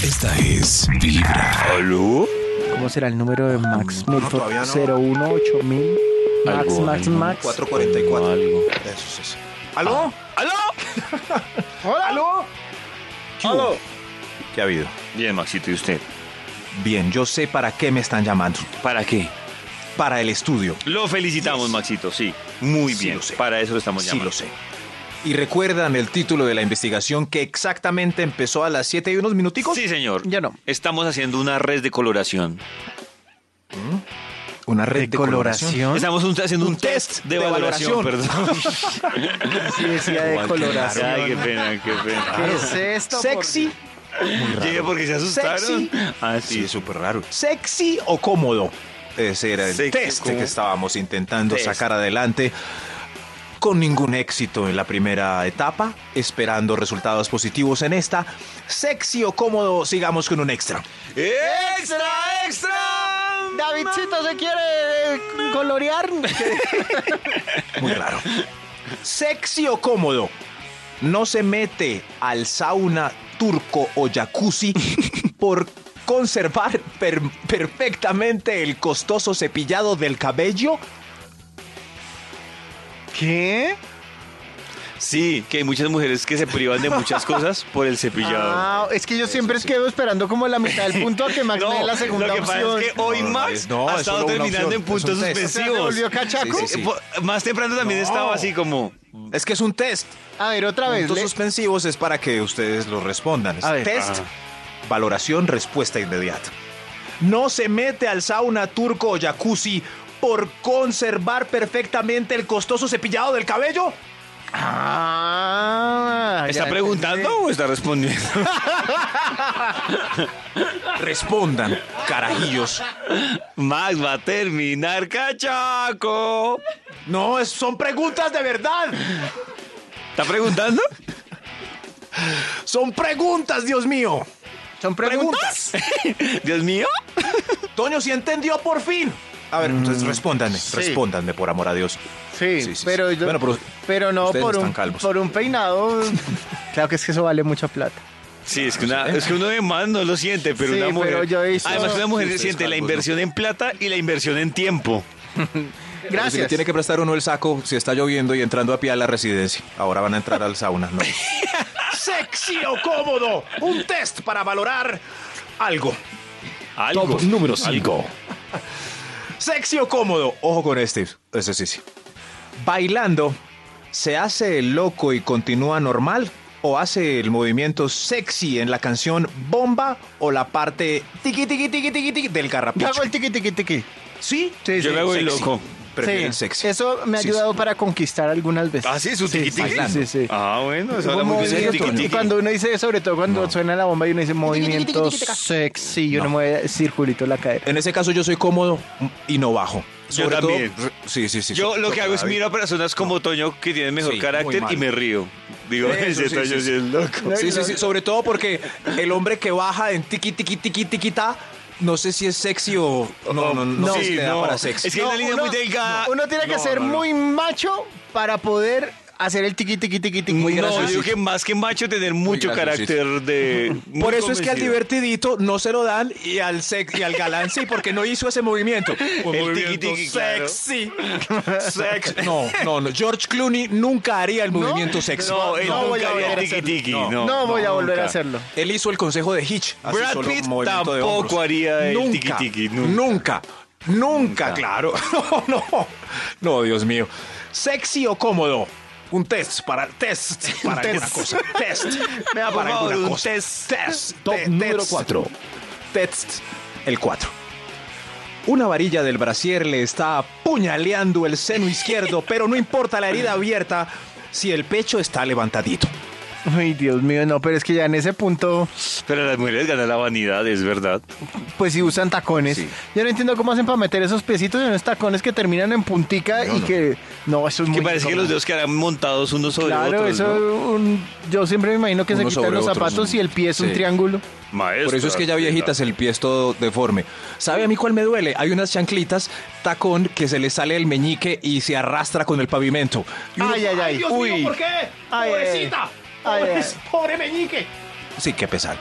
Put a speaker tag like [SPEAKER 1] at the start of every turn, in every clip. [SPEAKER 1] Esta es Vibra.
[SPEAKER 2] ¿Aló?
[SPEAKER 3] ¿Cómo será el número de Max Milford?
[SPEAKER 2] todavía no.
[SPEAKER 3] 018000. Max,
[SPEAKER 4] Algo,
[SPEAKER 3] Max,
[SPEAKER 4] algo.
[SPEAKER 3] Max.
[SPEAKER 2] 444.
[SPEAKER 4] Algo. Ah.
[SPEAKER 2] Eso, eso. ¿Aló? ¿Aló?
[SPEAKER 3] Hola.
[SPEAKER 2] ¿Aló? ¿Aló? ¿Qué ha habido?
[SPEAKER 4] Bien, Maxito, ¿y usted?
[SPEAKER 2] Bien, yo sé para qué me están llamando.
[SPEAKER 4] ¿Para qué?
[SPEAKER 2] Para el estudio.
[SPEAKER 4] Lo felicitamos, Maxito, sí. Muy
[SPEAKER 2] Sí,
[SPEAKER 4] bien.
[SPEAKER 2] lo sé.
[SPEAKER 4] Para eso lo estamos
[SPEAKER 2] Sí,
[SPEAKER 4] llamando.
[SPEAKER 2] lo sé. Y recuerdan el título de la investigación que exactamente empezó a las 7 y unos minuticos.
[SPEAKER 4] Sí, señor.
[SPEAKER 3] Ya no.
[SPEAKER 4] Estamos haciendo una red de coloración.
[SPEAKER 2] Una red de,
[SPEAKER 3] De coloración.
[SPEAKER 4] Estamos un- haciendo un,
[SPEAKER 2] Un
[SPEAKER 4] test
[SPEAKER 2] test
[SPEAKER 4] de,
[SPEAKER 2] de
[SPEAKER 4] valoración,
[SPEAKER 3] Sí, decía de
[SPEAKER 4] perdón. Ay, qué
[SPEAKER 3] coloración.
[SPEAKER 4] pena, qué
[SPEAKER 3] ¿Qué
[SPEAKER 4] pena.
[SPEAKER 3] es esto? por
[SPEAKER 2] Sexy,
[SPEAKER 4] Llegué porque se asustaron.
[SPEAKER 2] Sexy.
[SPEAKER 4] Ah,
[SPEAKER 2] Sí,
[SPEAKER 4] sí.
[SPEAKER 2] es súper raro. ¿Sexy o cómodo? Ese era el
[SPEAKER 4] Sexy,
[SPEAKER 2] test
[SPEAKER 4] ¿cómo?
[SPEAKER 2] que estábamos intentando
[SPEAKER 4] Test.
[SPEAKER 2] sacar adelante con ningún éxito en la primera etapa, esperando resultados positivos en esta. ¿Sexy o cómodo? Sigamos con un extra.
[SPEAKER 4] ¡Extra, extra!
[SPEAKER 3] Davidcito se quiere eh, colorear.
[SPEAKER 2] Muy raro. ¿Sexy o cómodo? No se mete al sauna turco o jacuzzi por conservar per- perfectamente el costoso cepillado del cabello
[SPEAKER 3] ¿Qué?
[SPEAKER 4] Sí, que hay muchas mujeres que se privan de muchas cosas por el cepillado.
[SPEAKER 3] Ah, es que yo siempre quedo esperando como la mitad del punto a que Max me dé la segunda
[SPEAKER 4] lo que
[SPEAKER 3] opción.
[SPEAKER 4] pasa es que hoy
[SPEAKER 2] No, no,
[SPEAKER 4] Max
[SPEAKER 2] es- no,
[SPEAKER 4] ha
[SPEAKER 2] es
[SPEAKER 4] estado
[SPEAKER 2] solo una
[SPEAKER 4] terminando
[SPEAKER 2] opción,
[SPEAKER 4] en puntos
[SPEAKER 2] es un test.
[SPEAKER 3] O sea, se
[SPEAKER 4] suspensivos.
[SPEAKER 3] volvió cachaco.
[SPEAKER 2] Sí, sí, sí.
[SPEAKER 4] Eh, po- Más temprano también
[SPEAKER 2] No.
[SPEAKER 4] estaba así como...
[SPEAKER 2] Es que es un test.
[SPEAKER 3] A ver, otra vez.
[SPEAKER 2] Puntos
[SPEAKER 3] le-
[SPEAKER 2] suspensivos es para que ustedes lo respondan. Es
[SPEAKER 3] A ver.
[SPEAKER 2] test,
[SPEAKER 4] Ajá.
[SPEAKER 2] Ah. valoración, respuesta inmediata. No se mete al sauna turco o jacuzzi por conservar perfectamente el costoso cepillado del cabello.
[SPEAKER 3] Ah,
[SPEAKER 4] ¿Está
[SPEAKER 3] ya
[SPEAKER 4] preguntando
[SPEAKER 3] entendí.
[SPEAKER 4] o está respondiendo?
[SPEAKER 2] Respondan, carajillos.
[SPEAKER 4] Max va a terminar cachaco.
[SPEAKER 2] No, es- son preguntas de verdad.
[SPEAKER 4] ¿Está preguntando?
[SPEAKER 2] Son preguntas, Dios mío.
[SPEAKER 3] ¿Son preguntas?
[SPEAKER 4] Dios mío.
[SPEAKER 2] Toño, si entendió por fin. A ver, entonces respóndanme,
[SPEAKER 3] Mm. sí.
[SPEAKER 2] respóndanme por amor a Dios.
[SPEAKER 3] Sí,
[SPEAKER 2] Sí, sí, sí.
[SPEAKER 3] pero, yo-
[SPEAKER 2] Bueno, pero
[SPEAKER 3] pero no
[SPEAKER 2] ustedes
[SPEAKER 3] por
[SPEAKER 2] están
[SPEAKER 3] un,
[SPEAKER 2] calvos.
[SPEAKER 3] por un peinado. claro que es que eso vale mucha plata.
[SPEAKER 4] Sí, es que, una- es que uno de más no lo siente, pero
[SPEAKER 3] Sí,
[SPEAKER 4] una mujer...
[SPEAKER 3] pero yo he visto-
[SPEAKER 4] Además, una mujer
[SPEAKER 2] Sí, ustedes
[SPEAKER 4] siente la
[SPEAKER 2] calvos, ¿no?
[SPEAKER 4] inversión en plata y la inversión en tiempo.
[SPEAKER 2] Pero Si le
[SPEAKER 3] Gracias.
[SPEAKER 2] tiene que prestar uno el saco si está lloviendo y entrando a pie a la residencia. Ahora van a entrar al sauna. No. Sexy o cómodo. Un test para valorar algo.
[SPEAKER 4] Algo.
[SPEAKER 1] número 5.
[SPEAKER 2] Sexy o cómodo. Ojo con este. Ese sí, sí. Bailando, ¿se hace el loco y continúa normal? ¿O hace el movimiento sexy en la canción bomba o la parte tiqui tiqui tiqui tiqui tiqui del
[SPEAKER 3] Yo
[SPEAKER 2] garrapacho?
[SPEAKER 3] hago el tiqui tiqui tiqui.
[SPEAKER 2] Sí,
[SPEAKER 4] Yo me hago el
[SPEAKER 2] Sexy.
[SPEAKER 4] loco.
[SPEAKER 2] Prefieren
[SPEAKER 3] Sí,
[SPEAKER 2] sexy.
[SPEAKER 3] Eso me ha
[SPEAKER 2] Sí,
[SPEAKER 3] ayudado para conquistar algunas veces.
[SPEAKER 4] Ah, sí, su
[SPEAKER 3] Sí,
[SPEAKER 4] tiquitiqui.
[SPEAKER 3] sí, sí, sí.
[SPEAKER 4] Ah, bueno, eso habla
[SPEAKER 3] Como
[SPEAKER 4] muy bien del
[SPEAKER 3] movimiento-
[SPEAKER 4] tiquitiqui.
[SPEAKER 3] Cuando uno dice, sobre todo cuando suena la bomba y uno dice movimiento sexy, yo no, me voy a circulito la cadera.
[SPEAKER 2] En ese caso yo soy cómodo y no bajo.
[SPEAKER 4] Yo
[SPEAKER 2] Sobre todo-
[SPEAKER 4] también.
[SPEAKER 2] sí, sí, sí.
[SPEAKER 4] Yo
[SPEAKER 2] sobre
[SPEAKER 4] lo
[SPEAKER 2] todo
[SPEAKER 4] que hago es
[SPEAKER 2] David.
[SPEAKER 4] miro a personas como Toño que tienen mejor
[SPEAKER 2] Sí, muy
[SPEAKER 4] carácter y
[SPEAKER 2] mal.
[SPEAKER 4] me río. Digo,
[SPEAKER 2] Eso
[SPEAKER 4] ese
[SPEAKER 2] sí,
[SPEAKER 4] Toño
[SPEAKER 2] sí,
[SPEAKER 4] sí,
[SPEAKER 2] sí.
[SPEAKER 4] es loco.
[SPEAKER 2] Sí, sí, sí. Sobre todo porque el hombre que baja en tiqui tiqui tiqui tiquita, no sé si es sexy o no, no, no,
[SPEAKER 4] Sí,
[SPEAKER 2] sé si le da
[SPEAKER 4] no.
[SPEAKER 2] para sexy.
[SPEAKER 4] Es que hay una línea muy delgada.
[SPEAKER 3] Uno tiene que
[SPEAKER 4] No,
[SPEAKER 3] ser
[SPEAKER 4] no, no.
[SPEAKER 3] muy macho para poder hacer el tiqui tiqui tiqui tiqui.
[SPEAKER 2] Muy
[SPEAKER 4] No, yo
[SPEAKER 2] graciosito.
[SPEAKER 4] digo que más que macho tener mucho
[SPEAKER 2] graciosito.
[SPEAKER 4] carácter de. muy
[SPEAKER 2] Por eso es que al
[SPEAKER 4] convencido.
[SPEAKER 2] divertidito no se lo dan y al sex y al galán sí, porque no hizo ese movimiento. Un
[SPEAKER 4] El
[SPEAKER 2] movimiento
[SPEAKER 4] tiqui-tiqui, claro.
[SPEAKER 2] sexy. Sex. No, no, no. George Clooney nunca haría el movimiento sexy.
[SPEAKER 4] No, él
[SPEAKER 3] No voy
[SPEAKER 4] nunca
[SPEAKER 3] a
[SPEAKER 4] haría
[SPEAKER 3] volver a
[SPEAKER 4] tiki tiki.
[SPEAKER 2] hacerlo.
[SPEAKER 4] No,
[SPEAKER 3] No, voy a volver
[SPEAKER 4] nunca.
[SPEAKER 3] a hacerlo.
[SPEAKER 2] Él hizo el consejo de Hitch. así
[SPEAKER 4] Brad
[SPEAKER 2] solo
[SPEAKER 4] Pitt
[SPEAKER 2] movimiento de
[SPEAKER 4] tampoco
[SPEAKER 2] hombros.
[SPEAKER 4] haría el
[SPEAKER 2] nunca,
[SPEAKER 4] tiqui-tiqui, nunca.
[SPEAKER 2] Nunca. Nunca. claro. No, no. No, Dios mío. ¿Sexy o cómodo? Un test para test para alguna
[SPEAKER 3] test.
[SPEAKER 2] cosa. Test. Me da
[SPEAKER 4] por
[SPEAKER 2] para
[SPEAKER 4] favor,
[SPEAKER 2] alguna
[SPEAKER 4] un
[SPEAKER 2] cosa. Test. Test.
[SPEAKER 1] Top
[SPEAKER 2] Te-
[SPEAKER 1] número
[SPEAKER 2] test.
[SPEAKER 1] 4.
[SPEAKER 2] Test. El 4. Una varilla del brasier le está apuñaleando el seno izquierdo, pero no importa la herida abierta si el pecho está levantadito.
[SPEAKER 3] Ay, Dios mío, no, pero es que ya en ese punto,
[SPEAKER 4] Pero las mujeres ganan la vanidad, es verdad.
[SPEAKER 3] pues si usan tacones. Yo no entiendo cómo hacen para meter esos piecitos en unos tacones que terminan en puntica y que. No, eso es muy.
[SPEAKER 4] Que parece que
[SPEAKER 3] incómodo.
[SPEAKER 4] los dedos quedarán montados unos sobre
[SPEAKER 3] Claro,
[SPEAKER 4] otros.
[SPEAKER 3] eso.
[SPEAKER 4] ¿no?
[SPEAKER 3] un- yo siempre me imagino que
[SPEAKER 2] Uno
[SPEAKER 3] se quitan
[SPEAKER 2] sobre
[SPEAKER 3] los
[SPEAKER 2] otro,
[SPEAKER 3] zapatos
[SPEAKER 2] sí.
[SPEAKER 3] y el pie es un
[SPEAKER 2] Sí.
[SPEAKER 3] triángulo.
[SPEAKER 4] Maestro.
[SPEAKER 2] Por eso es que ya viejitas el pie es todo deforme. ¿Sabe a mí cuál me duele? Hay unas chanclitas, tacón, que se le sale el meñique y se arrastra con el pavimento. Y uno-
[SPEAKER 3] Ay, ay, ay. Uy.
[SPEAKER 2] qué?
[SPEAKER 3] Ay, ay, ay. Ay, ay.
[SPEAKER 2] Sí, qué pesar.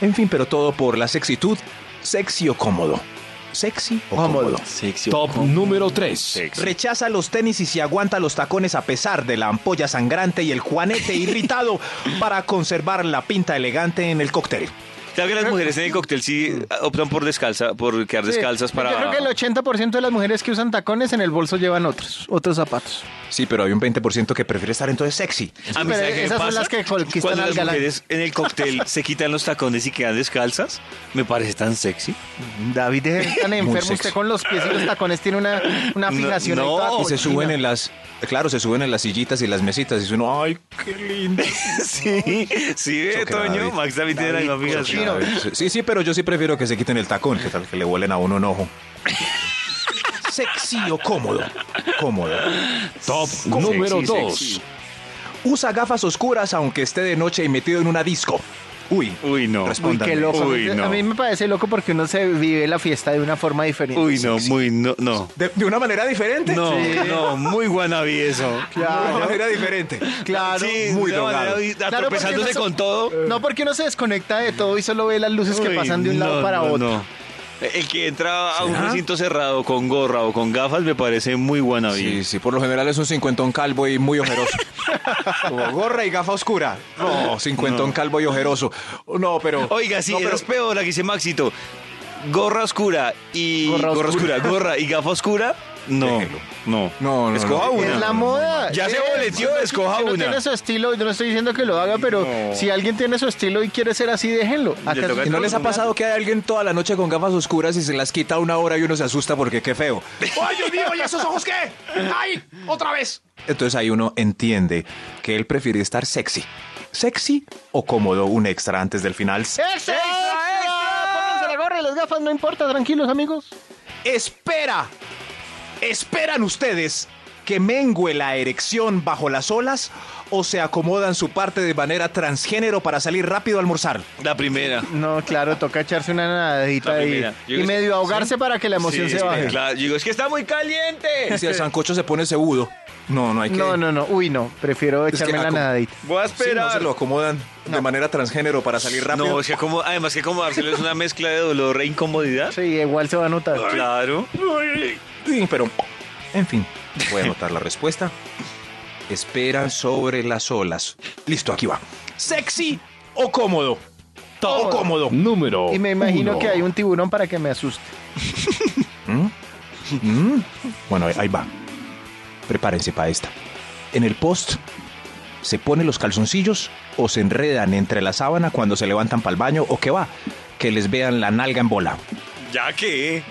[SPEAKER 2] En fin, pero todo por la sexitud, sexy o cómodo. Sexy o cómodo.
[SPEAKER 4] Sexy.
[SPEAKER 1] Top número 3.
[SPEAKER 4] Sexy.
[SPEAKER 2] Rechaza los tenis y se aguanta los tacones a pesar de la ampolla sangrante y el juanete irritado para conservar la pinta elegante en el cóctel.
[SPEAKER 4] Claro que las mujeres en el cóctel sí optan por descalza, por quedar
[SPEAKER 3] Sí,
[SPEAKER 4] descalzas para.
[SPEAKER 3] Yo creo que el 80% de las mujeres que usan tacones en el bolso llevan otros, otros zapatos.
[SPEAKER 2] Sí, pero hay un 20% que prefiere estar entonces sexy.
[SPEAKER 4] A mí,
[SPEAKER 3] Pero
[SPEAKER 4] ¿sabe qué me
[SPEAKER 3] esas son
[SPEAKER 4] pasa?
[SPEAKER 3] las que conquistan
[SPEAKER 4] Cuando
[SPEAKER 3] al
[SPEAKER 4] las
[SPEAKER 3] galán.
[SPEAKER 4] mujeres en el cóctel se quitan los tacones y quedan descalzas, me parece tan sexy.
[SPEAKER 3] David es tan enfermo.
[SPEAKER 2] sexy.
[SPEAKER 3] Usted con los pies y los tacones tiene una, una
[SPEAKER 4] No,
[SPEAKER 3] fijación. ahí
[SPEAKER 4] no,
[SPEAKER 3] toda
[SPEAKER 2] Y se
[SPEAKER 3] cochina.
[SPEAKER 2] suben en las, claro, se suben en las sillitas y las mesitas y uno, ay, qué lindo.
[SPEAKER 4] sí, sí, ve,
[SPEAKER 2] Choque,
[SPEAKER 4] Toño.
[SPEAKER 2] David.
[SPEAKER 4] Max también tiene la misma
[SPEAKER 3] cochino.
[SPEAKER 4] fijación.
[SPEAKER 2] Sí, sí, pero yo sí prefiero que se quiten el tacón, que tal que le huelen a uno un ojo. Sexy o cómodo. Cómodo.
[SPEAKER 1] Top
[SPEAKER 4] Sexy,
[SPEAKER 1] número
[SPEAKER 4] sexy.
[SPEAKER 1] 2.
[SPEAKER 2] Usa gafas oscuras aunque esté de noche y metido en una disco. Uy.
[SPEAKER 4] Uy, no.
[SPEAKER 2] Responde.
[SPEAKER 3] Uy, qué loco.
[SPEAKER 4] Uy, no.
[SPEAKER 3] A mí me parece loco porque uno se vive la fiesta de una forma diferente.
[SPEAKER 4] Uy, no, muy, no, no.
[SPEAKER 2] De, de una manera diferente.
[SPEAKER 4] No,
[SPEAKER 2] Sí.
[SPEAKER 4] no, muy guanabí
[SPEAKER 2] De
[SPEAKER 4] eso.
[SPEAKER 2] una
[SPEAKER 3] Claro,
[SPEAKER 2] manera diferente.
[SPEAKER 3] claro.
[SPEAKER 4] sí,
[SPEAKER 2] muy
[SPEAKER 4] de una
[SPEAKER 2] drogado.
[SPEAKER 4] manera,
[SPEAKER 3] Claro, porque
[SPEAKER 4] atropezándose
[SPEAKER 3] no
[SPEAKER 4] con
[SPEAKER 3] so-
[SPEAKER 4] todo.
[SPEAKER 3] No, porque uno se desconecta de todo y solo ve las luces que
[SPEAKER 4] Uy,
[SPEAKER 3] pasan de un lado
[SPEAKER 4] no,
[SPEAKER 3] para
[SPEAKER 4] no,
[SPEAKER 3] otro.
[SPEAKER 4] no. El que entra a un
[SPEAKER 2] ¿Será?
[SPEAKER 4] recinto cerrado con gorra o con gafas me parece muy guanabí.
[SPEAKER 2] Sí, sí, por lo general es un cincuentón calvo y muy ojeroso. Como gorra y gafa oscura. No, cincuentón calvo y ojeroso. No, pero.
[SPEAKER 4] Oiga, sí,
[SPEAKER 2] no, pero-
[SPEAKER 4] es peor la que dice Maxito. Gorra oscura y
[SPEAKER 3] Gorra
[SPEAKER 4] gorra, oscura. gorra y gafa oscura. No,
[SPEAKER 2] Déjelo.
[SPEAKER 4] no,
[SPEAKER 2] No, no,
[SPEAKER 4] Escoja
[SPEAKER 2] no.
[SPEAKER 4] una.
[SPEAKER 3] Es la moda.
[SPEAKER 4] Ya se
[SPEAKER 3] Eh,
[SPEAKER 4] boleteó, escoja
[SPEAKER 3] si uno
[SPEAKER 4] una.
[SPEAKER 3] tiene su estilo, yo no estoy diciendo que lo haga, pero si alguien tiene su estilo y quiere ser así, déjenlo. ¿Acaso
[SPEAKER 4] toca
[SPEAKER 2] ¿Y no les ha
[SPEAKER 4] Una-
[SPEAKER 2] pasado que hay alguien toda la noche con gafas oscuras y se las quita una hora y uno se asusta porque qué feo? ¡Ay, Dios mío! ¿Y esos ojos qué? ¡Ay! ¡Otra vez! Entonces ahí uno entiende que él prefiere estar sexy. ¿Sexy o cómodo un extra antes del final?
[SPEAKER 3] ¡Extra, extra! Pónganse la gorra y las gafas, no importa, tranquilos, amigos.
[SPEAKER 2] ¡Espera! ¿Esperan ustedes que mengue la erección bajo las olas o se acomodan su parte de manera transgénero para salir rápido a almorzar?
[SPEAKER 4] La primera.
[SPEAKER 3] No, claro, toca echarse una nadadita
[SPEAKER 4] La
[SPEAKER 3] ahí
[SPEAKER 4] primera. Yo
[SPEAKER 3] y
[SPEAKER 4] creo-
[SPEAKER 3] medio ahogarse para que la emoción
[SPEAKER 4] Sí,
[SPEAKER 3] se baje.
[SPEAKER 4] claro. Yo digo, es que está muy caliente.
[SPEAKER 2] Si el sancocho se pone cebudo. No, no hay que...
[SPEAKER 3] No, no, no. Uy, no. Prefiero
[SPEAKER 2] Es que
[SPEAKER 3] echarme la
[SPEAKER 2] acom-
[SPEAKER 3] nadadita.
[SPEAKER 4] Voy a
[SPEAKER 2] Sí, no se
[SPEAKER 4] esperar.
[SPEAKER 2] lo acomodan de manera transgénero para salir rápido.
[SPEAKER 4] No, es que como, además que como dárselo es una mezcla de dolor e incomodidad.
[SPEAKER 3] Sí, igual se va a notar.
[SPEAKER 4] Claro.
[SPEAKER 2] Sí, pero, en fin, voy a anotar la respuesta. Espera sobre las olas. Listo, aquí va. ¿Sexy o cómodo? O cómodo.
[SPEAKER 1] Número
[SPEAKER 3] Y me imagino
[SPEAKER 1] uno.
[SPEAKER 3] que hay un tiburón para que me asuste.
[SPEAKER 2] Bueno, ahí- ahí va. Prepárense para esta. En el post, ¿se pone los calzoncillos o se enredan entre la sábana cuando se levantan para el baño? ¿O qué va? Que les vean la nalga en bola.
[SPEAKER 4] Ya que.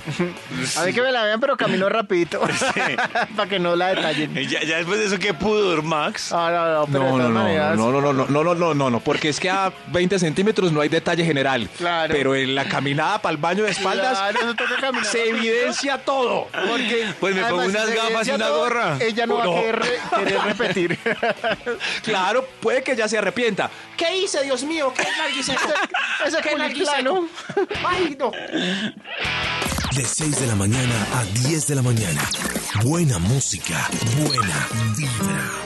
[SPEAKER 3] A ver que me la vean, pero camino rapidito. para que no la detallen.
[SPEAKER 4] Ya, ya después de eso, ¿qué pudor, Max?
[SPEAKER 3] Ah, no, no, pero de
[SPEAKER 2] No, no,
[SPEAKER 3] todas
[SPEAKER 2] no,
[SPEAKER 3] maneras,
[SPEAKER 2] no, no, no, no, no, no, no, no, no, porque es que a 20 centímetros no hay detalle general.
[SPEAKER 3] Claro.
[SPEAKER 2] Pero en la caminada para el baño de espaldas
[SPEAKER 3] Claro, eso toca caminar
[SPEAKER 2] se
[SPEAKER 3] rápido.
[SPEAKER 2] evidencia todo.
[SPEAKER 3] Porque,
[SPEAKER 4] Pues me pongo
[SPEAKER 3] si
[SPEAKER 4] unas
[SPEAKER 3] se
[SPEAKER 4] gafas y
[SPEAKER 3] evidencia
[SPEAKER 4] una gorra.
[SPEAKER 3] Ella no,
[SPEAKER 4] No.
[SPEAKER 3] va a querer, querer repetir.
[SPEAKER 2] Claro, puede que ya se arrepienta.
[SPEAKER 5] ¿Qué hice, Dios mío? ¿Qué nalguiseco?
[SPEAKER 3] Ese
[SPEAKER 5] ¿Qué
[SPEAKER 3] culiplano.
[SPEAKER 5] nalguiseco? ¡Ay, no!
[SPEAKER 6] De 6 de la mañana a 10 de la mañana. Buena música, buena vibra.